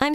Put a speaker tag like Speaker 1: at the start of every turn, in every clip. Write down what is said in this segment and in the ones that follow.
Speaker 1: I'm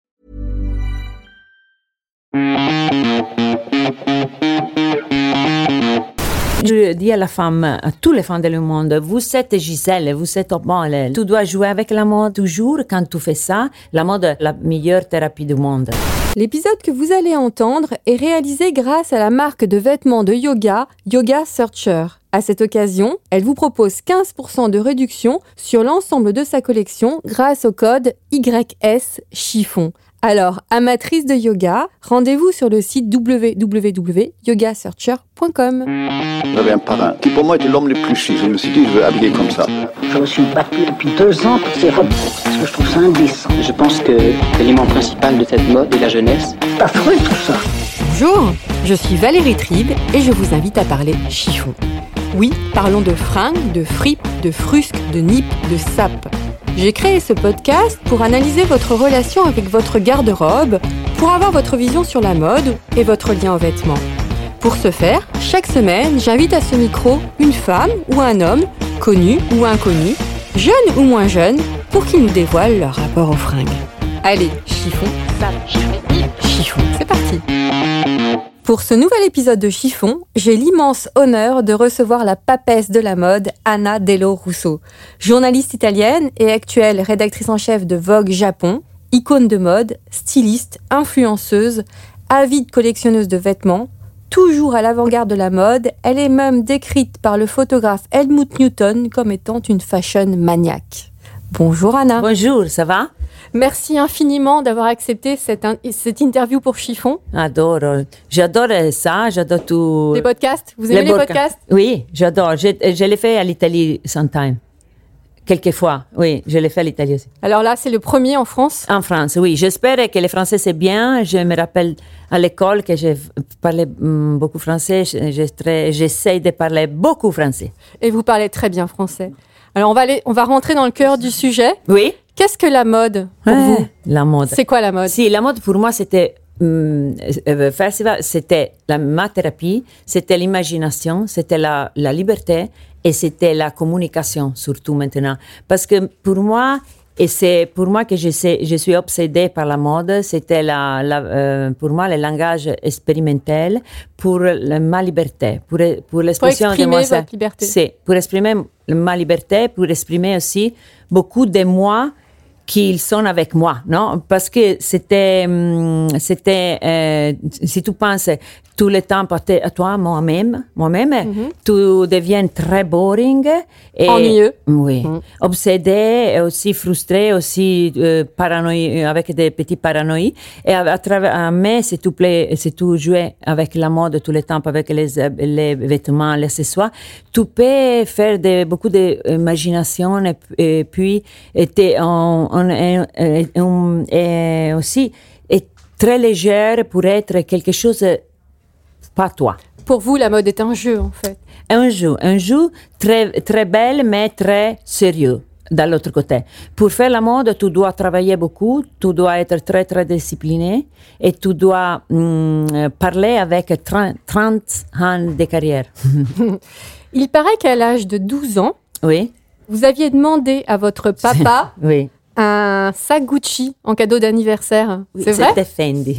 Speaker 2: Je dis à la femme, à tous les femmes du monde, vous êtes Gisèle, vous êtes bonne. Tu dois jouer avec la mode toujours. Quand tu fais ça, la mode est la meilleure thérapie du monde.
Speaker 3: L'épisode que vous allez entendre est réalisé grâce à la marque de vêtements de yoga Yoga Searcher. À cette occasion, elle vous propose 15% de réduction sur l'ensemble de sa collection grâce au code YS chiffon. Alors, amatrice de yoga, rendez-vous sur le site www.yogasearcher.com.
Speaker 4: J'avais un parrain qui pour moi était l'homme le plus chic. Je me suis dit, je veux habiller comme ça.
Speaker 5: Je me suis battu depuis deux ans pour ces robes, parce que je trouve ça indécent. Je pense que l'élément principal de cette mode est la jeunesse. C'est affreux tout ça.
Speaker 3: Bonjour, je suis Valérie Tribe et je vous invite à parler chiffon. Oui, parlons de fringues, de fripes, de frusques, de nippes, de sapes. J'ai créé ce podcast pour analyser votre relation avec votre garde-robe, pour avoir votre vision sur la mode et votre lien aux vêtements. Pour ce faire, chaque semaine, j'invite à ce micro une femme ou un homme, connu ou inconnu, jeune ou moins jeune, pour qu'ils nous dévoilent leur rapport aux fringues. Allez, chiffon, chiffon, c'est parti pour ce nouvel épisode de Chiffon, j'ai l'immense honneur de recevoir la papesse de la mode, Anna Dello Russo. Journaliste italienne et actuelle rédactrice en chef de Vogue Japon, icône de mode, styliste, influenceuse, avide collectionneuse de vêtements, toujours à l'avant-garde de la mode, elle est même décrite par le photographe Helmut Newton comme étant une fashion maniaque. Bonjour Anna.
Speaker 2: Bonjour, ça va?
Speaker 3: Merci infiniment d'avoir accepté cette, in- cette interview pour Chiffon.
Speaker 2: Adore. J'adore ça, j'adore tout.
Speaker 3: Les podcasts, vous aimez les,
Speaker 2: podca-
Speaker 3: podcasts
Speaker 2: Oui, j'adore. Je, je l'ai fait à l'Italie sometime. Quelquefois, oui, je l'ai fait à l'Italie aussi.
Speaker 3: Alors là, c'est le premier en France.
Speaker 2: En France, oui. J'espère que le français c'est bien. Je me rappelle à l'école que j'ai parlé hum, beaucoup français. Je- je tra- J'essaie de parler beaucoup français.
Speaker 3: Et vous parlez très bien français. Alors on va aller, on va rentrer dans le cœur du sujet.
Speaker 2: Oui.
Speaker 3: Qu'est-ce que la mode pour
Speaker 2: Ouais.
Speaker 3: vous
Speaker 2: La mode.
Speaker 3: C'est quoi la mode
Speaker 2: Si, la mode pour moi, c'était hum, euh, festival, c'était la, ma thérapie, c'était l'imagination, c'était la, la liberté et c'était la communication, surtout maintenant. Parce que pour moi, et c'est pour moi que je, sais, je suis obsédée par la mode, c'était la, la, euh, pour moi le langage expérimental pour la- ma liberté, pour, pour l'expression de
Speaker 3: exprimer
Speaker 2: moi. ça-
Speaker 3: votre liberté.
Speaker 2: c'est- liberté, pour exprimer ma liberté, pour exprimer aussi beaucoup de moi qu'ils sont avec moi, non Parce que c'était, hum, c'était, euh, si tu penses tout le temps à te- à toi, moi-même, moi-même, tu deviens très boring, et,
Speaker 3: Ennuyeux.
Speaker 2: oui, Mm. obsédé, et aussi frustré, aussi euh, paranoï- avec des petits paranoïes. Et à, à travers, à- mais s'il te plaît, si tu jouais avec la mode tout le temps, avec les, hab- les vêtements, les accessoires, tu peux faire de, beaucoup d'imagination et, p- et puis et t'es en- en- en- et- en- et aussi et très légère pour être quelque chose euh, pas toi
Speaker 3: Pour vous, la mode est un jeu en fait.
Speaker 2: un jeu, un jeu très, très belle, mais très sérieux. De l'autre côté, pour faire la mode, tu dois travailler beaucoup, tu dois être très, très discipliné et tu dois hum, euh, parler avec 30, 30 ans de carrière.
Speaker 3: Il paraît qu'à l'âge de 12 ans,
Speaker 2: Oui,
Speaker 3: vous aviez demandé à votre papa
Speaker 2: oui.
Speaker 3: un sac Gucci en cadeau d'anniversaire. C'est vrai
Speaker 2: C'était Fendi.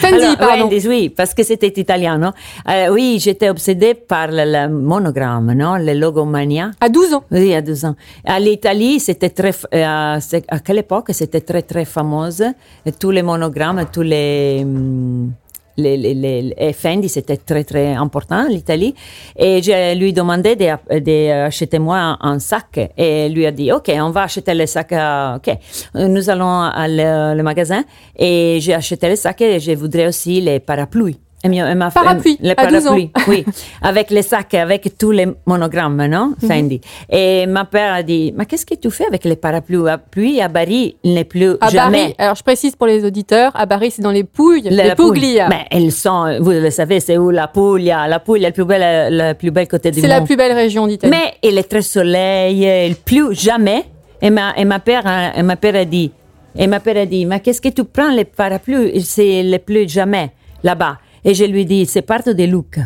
Speaker 3: Fendi,
Speaker 2: Alors,
Speaker 3: pardon.
Speaker 2: Wendy's, oui, parce que c'était italien, non? Euh, oui, j'étais obsédée par le, le monogramme, non? Le logomania.
Speaker 3: À 12 ans.
Speaker 2: Oui, il y a deux ans. À l'Italie, c'était très, f- euh, à, c'est- à quelle époque c'était très très fameuse. Et tous les monogrammes, tous les, hum, les, les, les- et Fendi, c'était très très important l'Italie. Et je lui demandais d'acheter de, acheter moi un, un sac. Et lui a dit, ok, on va acheter le sac. à- Ok, nous allons à le, le magasin. Et j'ai acheté le sac et je voudrais aussi les parapluies. Et mi- et ma-
Speaker 3: Parapluie,
Speaker 2: Le
Speaker 3: à 12 ans.
Speaker 2: parapluie, oui. Avec les sacs, avec tous les monogrammes, non,
Speaker 3: Mhm.
Speaker 2: Sandy? Et ma père a dit, mais qu'est-ce que tu fais avec les parapluies? À pluie, à Paris, il n'est plus
Speaker 3: À Bari,
Speaker 2: jamais.
Speaker 3: alors je précise pour les auditeurs, à Bari, c'est dans les Pouilles, les,
Speaker 2: La Pouille.
Speaker 3: eh, Puglia.
Speaker 2: Mais elles sont, vous le savez, c'est où la Puglia? La Puglia, le plus bel, le plus bel côté du
Speaker 3: C'est
Speaker 2: monde.
Speaker 3: la plus belle région d'Italie.
Speaker 2: Mais il est très soleil, euh, il pleut jamais. Et ma, et ma père, a- et ma père a dit, et ma père a dit, mais qu'est-ce que tu prends les parapluies Il c'est le pleut jamais là-bas. Et je lui dis, c'est part des looks.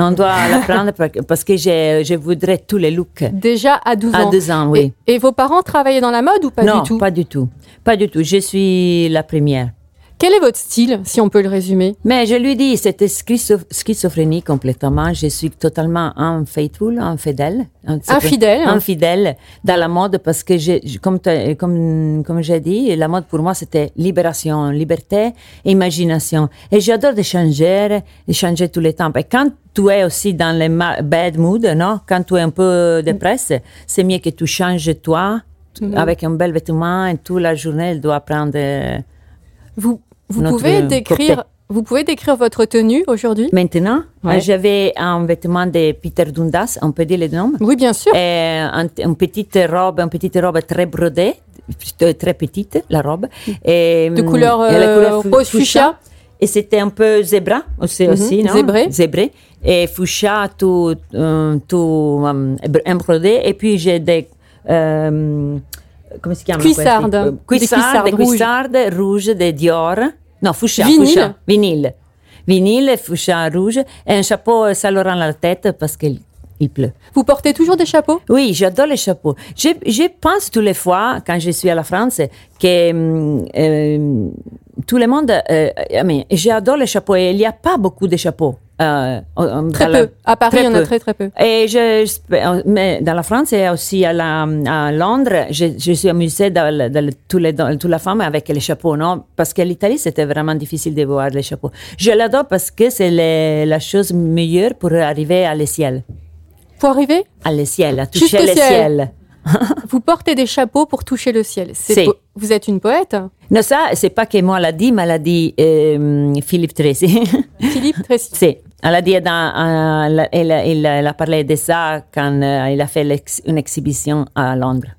Speaker 2: On doit la prendre par- parce que je, je voudrais tous les looks.
Speaker 3: Déjà à 12
Speaker 2: À
Speaker 3: ans.
Speaker 2: 12 ans, oui.
Speaker 3: Et, et vos parents travaillaient dans la mode ou pas
Speaker 2: non,
Speaker 3: du tout
Speaker 2: pas du tout, pas du tout. Je suis la première.
Speaker 3: Quel est votre style, si on peut le résumer
Speaker 2: Mais je lui dis, c'était schizo- schizophrénie complètement. Je suis totalement unfaithful, infidèle.
Speaker 3: Infidèle.
Speaker 2: Infidèle dans la mode parce que, j'ai- je- comme, t'as- comme, comme j'ai dit, la mode pour moi, c'était libération, liberté, imagination. Et j'adore de changer, de changer tous les temps. Et quand tu es aussi dans le ma- bad mood, non? quand tu es un peu dépressé, c'est mieux que tu changes toi avec un bel vêtement et toute la journée, elle doit prendre... euh,
Speaker 3: Vous, vous
Speaker 2: Notre euh,
Speaker 3: pouvez
Speaker 2: cocktail.
Speaker 3: décrire, vous pouvez décrire votre tenue aujourd'hui
Speaker 2: Maintenant,
Speaker 3: Ouais.
Speaker 2: euh, j'avais un vêtement de Peter Dundas, on peut dire le nom,
Speaker 3: Oui, bien sûr.
Speaker 2: et un- une petite robe, une petite robe très brodée, plutôt très petite la robe, et
Speaker 3: Mm. De couleur,
Speaker 2: et la
Speaker 3: euh,
Speaker 2: fu-
Speaker 3: rose fuchsia. Mhm.
Speaker 2: Et c'était un peu zébra aussi, aussi non
Speaker 3: zébré.
Speaker 2: Zébré. Et fuchsia tout, euh, tout euh, embrodé. Et puis j'ai des euh, comment se chiamano questi?
Speaker 3: Cuissardes.
Speaker 2: Euh, Cuissardes,
Speaker 3: Des
Speaker 2: des
Speaker 3: cuissardes rouges.
Speaker 2: cuissardes rouges de Dior. Non, fuchsia.
Speaker 3: Vinyle.
Speaker 2: Fuchsia, vinyle. Vinyle, fuchsia rouge. Et un chapeau euh, Saint Laurent à la tête parce qu'il il pleut.
Speaker 3: Vous portez toujours des chapeaux
Speaker 2: Oui, j'adore les chapeaux. Je, je pense tous les fois, quand je suis à la France, que hum, euh, tout le monde... euh, ah, mais j'adore les chapeaux et il n'y a pas beaucoup de chapeaux. euh, en- en-
Speaker 3: Très
Speaker 2: dans la-
Speaker 3: peu. À Paris, il y en a très, très peu.
Speaker 2: Et je, je- mais dans la France et aussi à, la- à Londres, je, je suis amusée dans, le- dans le- tous les, dans toute la femme avec les chapeaux, non? Parce que l'Italie, c'était vraiment difficile de voir les chapeaux. Je l'adore parce que c'est le- la chose meilleure pour arriver à le ciel.
Speaker 3: Pour arriver,
Speaker 2: À le ciel, à toucher
Speaker 3: Jusqu'au
Speaker 2: le
Speaker 3: ciel.
Speaker 2: ciel.
Speaker 3: vous portez des chapeaux pour toucher le ciel. C'est
Speaker 2: Si.
Speaker 3: po- Vous êtes une poète, hein,
Speaker 2: Non, ça, c'est pas que moi l'a dit, mais l'a dit euh, Philippe Tracy.
Speaker 3: Philippe Tracy.
Speaker 2: c'est, elle a dit, dans, euh, la- elle, elle- elle a parlé de ça quand euh, il a fait l'ex- une exhibition à Londres.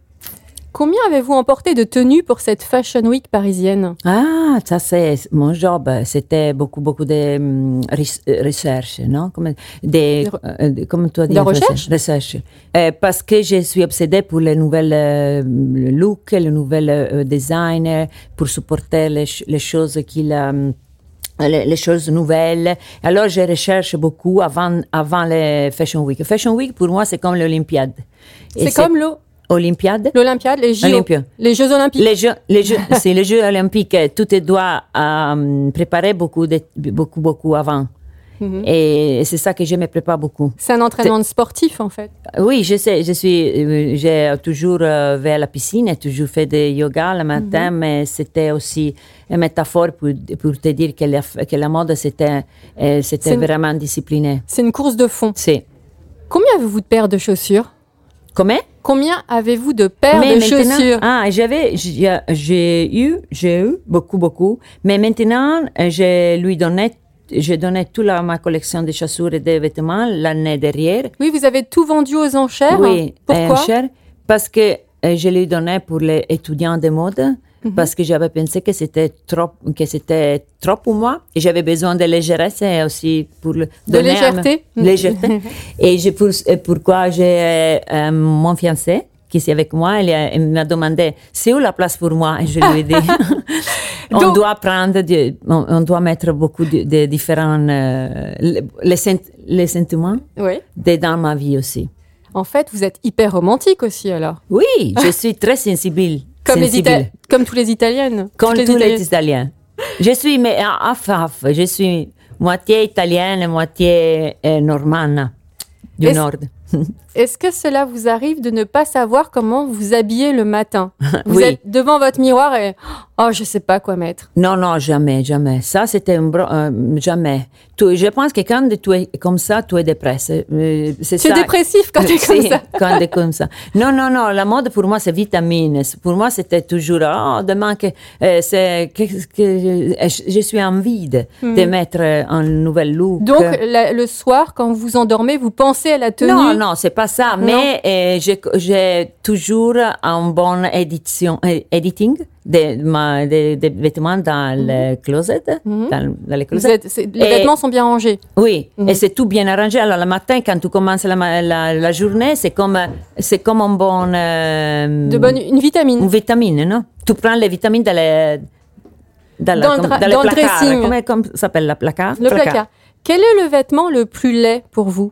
Speaker 3: Combien avez-vous emporté de tenues pour cette Fashion Week parisienne
Speaker 2: Ah, ça c'est mon job. C'était beaucoup, beaucoup de hum, ris- euh, recherche, non Comme des,
Speaker 3: re-
Speaker 2: euh, de- comment tu as dit
Speaker 3: De
Speaker 2: en français?
Speaker 3: recherche
Speaker 2: Recherche. Euh, parce que je suis obsédée pour les nouvelles euh, le look, le nouvel euh, design, euh, pour supporter les, ch- les choses qu'il a, hum, les, les choses nouvelles. Alors, je recherche beaucoup avant, avant les Fashion Week. Fashion Week, pour moi, c'est comme l'Olympiade. Et
Speaker 3: C'est comme l'o-
Speaker 2: Olympiade.
Speaker 3: l'Olympiade, les, JO,
Speaker 2: Olympia.
Speaker 3: les Jeux Olympiques.
Speaker 2: Les Jeux, les jeux, c'est les Jeux Olympiques. Tout est doit euh, préparer beaucoup, de, beaucoup, beaucoup avant.
Speaker 3: Mhm.
Speaker 2: Et c'est ça que je me prépare beaucoup.
Speaker 3: C'est un entraînement de sportif en fait.
Speaker 2: Oui, je sais, je suis, euh, j'ai toujours euh, vers la piscine, toujours fait de yoga le
Speaker 3: Mhm.
Speaker 2: matin, mais c'était aussi une métaphore pour, pour te dire que la, que la mode, c'était, euh,
Speaker 3: C'est
Speaker 2: c'était
Speaker 3: une-
Speaker 2: vraiment discipliné.
Speaker 3: C'est une course de fond.
Speaker 2: C'est.
Speaker 3: Combien avez-vous de paires de chaussures
Speaker 2: Comment?
Speaker 3: Combien avez-vous de paires de
Speaker 2: maintenant-
Speaker 3: chaussures
Speaker 2: Ah, j'avais, j'ai j'ai eu, j'ai eu beaucoup, beaucoup. Mais maintenant, euh, je lui donnais, je donnais toute la- ma collection de chaussures et de vêtements l'année dernière.
Speaker 3: Oui, vous avez tout vendu aux enchères.
Speaker 2: Oui,
Speaker 3: hein. Pourquoi
Speaker 2: euh, cher, parce que euh, je lui donnais pour les étudiants de mode.
Speaker 3: Mhm.
Speaker 2: Parce que j'avais pensé que c'était trop, que c'était trop pour moi. Et j'avais besoin de légèreté et aussi pour le,
Speaker 3: De
Speaker 2: donner à ma-
Speaker 3: légèreté. Mhm.
Speaker 2: légèreté. et je, pour- et pourquoi j'ai euh, mon fiancé qui est avec moi, il, a- il m'a demandé c'est où la place pour moi Et je lui ai dit on
Speaker 3: Donc-
Speaker 2: doit prendre, du- on, on doit mettre beaucoup de, de différents euh, les, les sent- les sentiments
Speaker 3: Oui.
Speaker 2: de- dans ma vie aussi.
Speaker 3: En fait, vous êtes hyper romantique aussi alors.
Speaker 2: Oui, je suis très sensible.
Speaker 3: Comme, les
Speaker 2: sensible.
Speaker 3: Ita- comme tous les Italiennes.
Speaker 2: Comme
Speaker 3: Toutes
Speaker 2: tous les Italiens.
Speaker 3: Italiennes.
Speaker 2: Je suis mais ah, half half. Je suis moitié italienne, moitié euh, normande du
Speaker 3: Est-ce-
Speaker 2: nord.
Speaker 3: Est-ce que cela vous arrive de ne pas savoir comment vous habiller le matin Vous
Speaker 2: Oui.
Speaker 3: êtes devant votre miroir et oh, je sais pas quoi mettre.
Speaker 2: Non, non, jamais, jamais. Ça, c'était un bro- euh, jamais. Tu- je pense que quand tu es comme ça, tu es dépressé. Euh, c'est
Speaker 3: Tu es
Speaker 2: ça.
Speaker 3: dépressif quand tu es comme
Speaker 2: Si,
Speaker 3: ça.
Speaker 2: quand t'es comme ça. Non, non, non, la mode pour moi c'est vitamine. Pour moi c'était toujours, oh, demain que, euh, c'est, qu'est-ce que euh, je, je suis en vide de mettre euh, un nouvel look.
Speaker 3: Hmm. Donc euh, la- le soir, quand vous vous endormez, vous pensez à la tenue.
Speaker 2: Non, non, c'est pas ça. Mais euh, j'ai- j'ai toujours un bon édition, euh, editing des ma- des- des vêtements dans le closet. Dans, dans le
Speaker 3: Hmm. Vous
Speaker 2: closet.
Speaker 3: êtes- Hmm. c'est- les
Speaker 2: Et-
Speaker 3: vêtements sont bien rangés.
Speaker 2: oui, et c'est tout bien arrangé. Alors, le matin, quand tu commences la, ma- la- la journée, c'est comme, euh, c'est comme un bon. euh,
Speaker 3: De bonne, une vitamine.
Speaker 2: Une vitamine, non Tu prends les vitamines dans le, dans,
Speaker 3: Dans le dra- dans le
Speaker 2: placard.
Speaker 3: dressing.
Speaker 2: Comment, comment ça s'appelle la placard
Speaker 3: Le placard. Quel est le vêtement le plus laid pour vous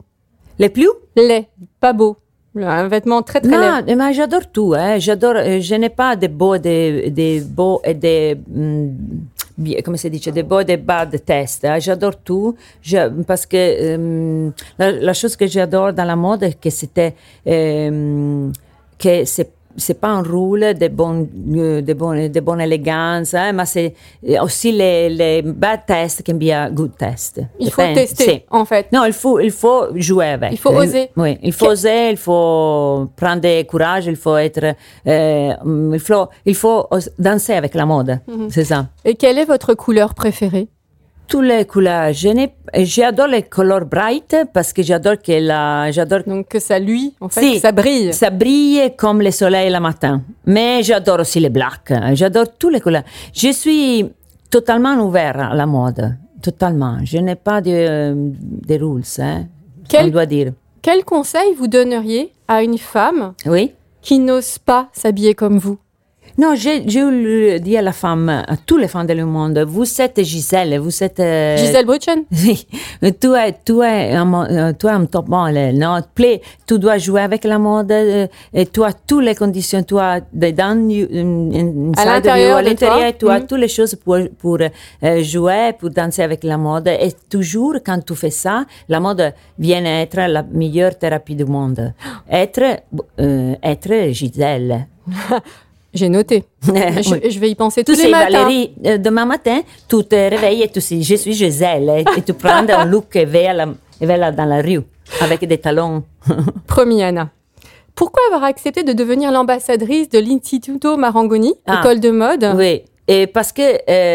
Speaker 2: Les plus
Speaker 3: Laid, pas beau. Un vêtement très très laid.
Speaker 2: Non, mais eh, j'adore tout. Hein. J'adore. euh, Je n'ai pas de beaux, de, de beaux et de hum, bi- comment se dit, de beaux et de bas de test. hein. J'adore tout. Je- parce que hum, la, la chose que j'adore dans la mode, c'est que c'était hum, que c'est c'est pas un rôle de bonne euh, de bonne de bonne élégance, hein, mais c'est euh, aussi les, les bad tests can be a good test.
Speaker 3: Il faut
Speaker 2: Depend-
Speaker 3: tester,
Speaker 2: sì.
Speaker 3: en fait.
Speaker 2: Non, il faut, il faut jouer avec.
Speaker 3: Il faut oser.
Speaker 2: Oui, il faut oser, il faut prendre des courage, il faut être, euh, il faut, il faut os- danser avec la mode.
Speaker 3: Mhm.
Speaker 2: C'est ça.
Speaker 3: Et quelle est votre couleur préférée
Speaker 2: Tous les couleurs. Je n'ai- J'adore les couleurs bright parce que j'adore que la, j'adore
Speaker 3: Donc que ça luit, en fait,
Speaker 2: Si.
Speaker 3: que ça brille.
Speaker 2: Ça brille comme le soleil le matin. Mais j'adore aussi les blacks. J'adore tous les couleurs. Je suis totalement ouverte à la mode. Totalement. Je n'ai pas de, de rules, hein.
Speaker 3: Quel-
Speaker 2: On doit dire.
Speaker 3: Quel conseil vous donneriez à une femme
Speaker 2: Oui.
Speaker 3: qui n'ose pas s'habiller comme vous
Speaker 2: Non, j'ai j'ai eu dit à la femme, à tous les femmes du monde, vous êtes Gisèle, vous êtes. euh,
Speaker 3: Gisèle Brutchen
Speaker 2: Oui, tu es, tu es un, mo- euh, tu es un top model, non? Play, tu dois jouer avec la mode euh, et tu as toutes les conditions, tu as dedans, you- in- in-
Speaker 3: À
Speaker 2: inside
Speaker 3: l'intérieur
Speaker 2: you, à
Speaker 3: de
Speaker 2: l'intérieur, tu
Speaker 3: toi.
Speaker 2: as
Speaker 3: Mhm.
Speaker 2: toutes les choses pour, pour euh, jouer, pour danser avec la mode. Et toujours, quand tu fais ça, la mode vient être la meilleure thérapie du monde. Être, euh, être Gisèle.
Speaker 3: J'ai noté. je,
Speaker 2: Oui.
Speaker 3: je vais y penser
Speaker 2: Tu
Speaker 3: tous les
Speaker 2: sais,
Speaker 3: matins.
Speaker 2: Valérie, euh, demain matin, tu te réveilles et tu dis Je suis Gisèle. Et, et tu prends un look et vas à la- et vas là dans la rue avec des talons.
Speaker 3: Promis, Anna. Pourquoi avoir accepté de devenir l'ambassadrice de l'Instituto Marangoni,
Speaker 2: Ah.
Speaker 3: école de mode
Speaker 2: oui. Et parce que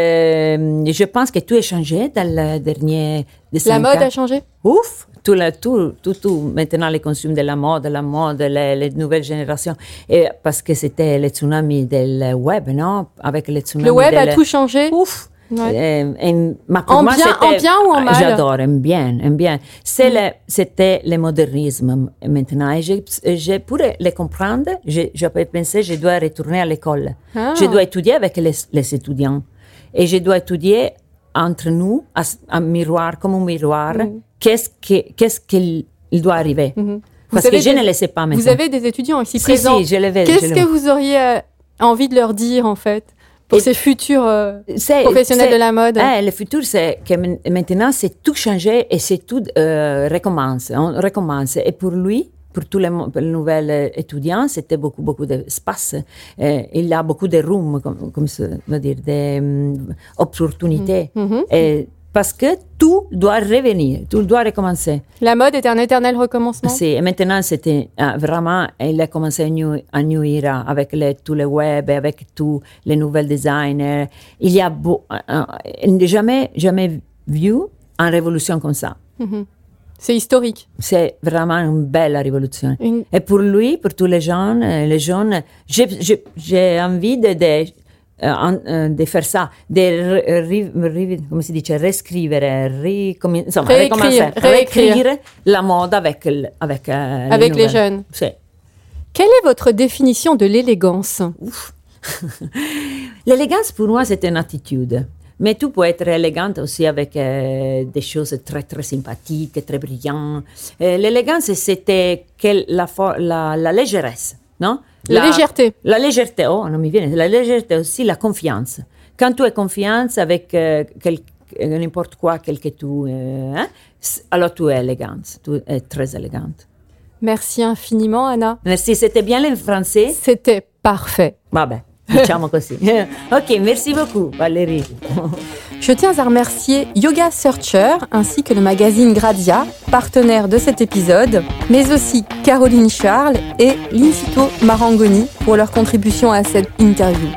Speaker 2: euh, je pense que tout est changé dans le dernier. des
Speaker 3: La
Speaker 2: cinq
Speaker 3: mode
Speaker 2: ans.
Speaker 3: a changé
Speaker 2: Ouf! Tout, la- tout, tout, tout, maintenant, les consumes de la mode, la mode, les, les nouvelles générations. Et parce que c'était le tsunami du web, non? Avec le tsunami.
Speaker 3: Le web
Speaker 2: de
Speaker 3: a
Speaker 2: la-
Speaker 3: tout changé
Speaker 2: Ouf.
Speaker 3: Ouais.
Speaker 2: Euh, et ma- pour
Speaker 3: En
Speaker 2: moi,
Speaker 3: bien-
Speaker 2: c'était-
Speaker 3: en bien ou en mal
Speaker 2: J'adore, en bien, en bien. C'est
Speaker 3: Mm.
Speaker 2: le- c'était le modernisme maintenant. Et je, je- pour le comprendre, je, je peux penser je dois retourner à l'école.
Speaker 3: Ah.
Speaker 2: Je dois étudier avec les, les étudiants. Et je dois étudier entre nous, à s- un miroir, comme un miroir,
Speaker 3: Mm.
Speaker 2: qu'est-ce que- qu'est-ce qu'il il doit arriver.
Speaker 3: Mm-hmm. Vous
Speaker 2: Parce que
Speaker 3: avez
Speaker 2: je
Speaker 3: des-
Speaker 2: ne le sais pas maintenant.
Speaker 3: Vous avez des étudiants ici
Speaker 2: Si,
Speaker 3: présents.
Speaker 2: si, je le vais, je
Speaker 3: Qu'est-ce
Speaker 2: le
Speaker 3: que
Speaker 2: vais.
Speaker 3: vous auriez euh, envie de leur dire, en fait, pour
Speaker 2: Et-
Speaker 3: ces futurs euh,
Speaker 2: C'est-
Speaker 3: professionnels
Speaker 2: c'est-
Speaker 3: de la mode
Speaker 2: Ah, le futur, c'est que men- maintenant, c'est tout changé et c'est tout euh, recommence. On recommence. Et pour lui, pour tous les, mo- les nouvelles euh, étudiants, c'était beaucoup, beaucoup d'espace. Euh, il a beaucoup de room, comme, comme ça veut dire, d'opportunités.
Speaker 3: Mm-hmm.
Speaker 2: parce que tout doit revenir, tout doit recommencer.
Speaker 3: La mode est un éternel recommencement
Speaker 2: Si, et maintenant, c'était ah, vraiment, il a commencé une new, une new era avec le- tout le web, et avec tous les nouvelles designers. Il y a beau, ah, ah, il n'est jamais, jamais vu une révolution comme ça.
Speaker 3: C'est historique.
Speaker 2: C'est vraiment une belle révolution.
Speaker 3: Une-
Speaker 2: Et pour lui, pour tous les jeunes, euh, les jeunes, j'ai- j'ai j'ai envie de, de, euh, en- euh, de faire ça, de re- ri- ri- come si dice, rescrivere, ri- come- insomma,
Speaker 3: Réécrire,
Speaker 2: recommencer,
Speaker 3: réécrire.
Speaker 2: réécrire la mode avec, l- avec, euh,
Speaker 3: Avec les
Speaker 2: nouvelles.
Speaker 3: jeunes.
Speaker 2: C'est-
Speaker 3: Quelle est votre définition de l'élégance
Speaker 2: L'élégance pour moi, c'est une attitude. Mais tu peux être élégante aussi avec euh, des choses très, très sympathiques, très brillantes. Euh, L'élégance, c'était quelle- la, for- la, la légèreté, non?
Speaker 3: La légèreté.
Speaker 2: La légèreté, oh, non, mi viene. La légèreté aussi, la confiance. Quand tu as confiance avec euh, quel- euh, n'importe quoi, quel que tu... euh, hein, c- alors tu es élégante, tu es très élégante.
Speaker 3: Merci infiniment, Anna.
Speaker 2: Merci, c'était bien le français? Bah, ben,
Speaker 3: C'était parfait.
Speaker 2: Vabbè, diciamo così. ok, merci beaucoup, Valérie.
Speaker 3: Je tiens à remercier Yoga Searcher ainsi que le magazine Gradia, partenaire de cet épisode, mais aussi Caroline Charles et Lincito Marangoni pour leur contribution à cette interview.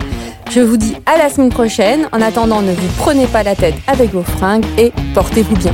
Speaker 3: Je vous dis à la semaine prochaine. En attendant, ne vous prenez pas la tête avec vos fringues et portez-vous bien.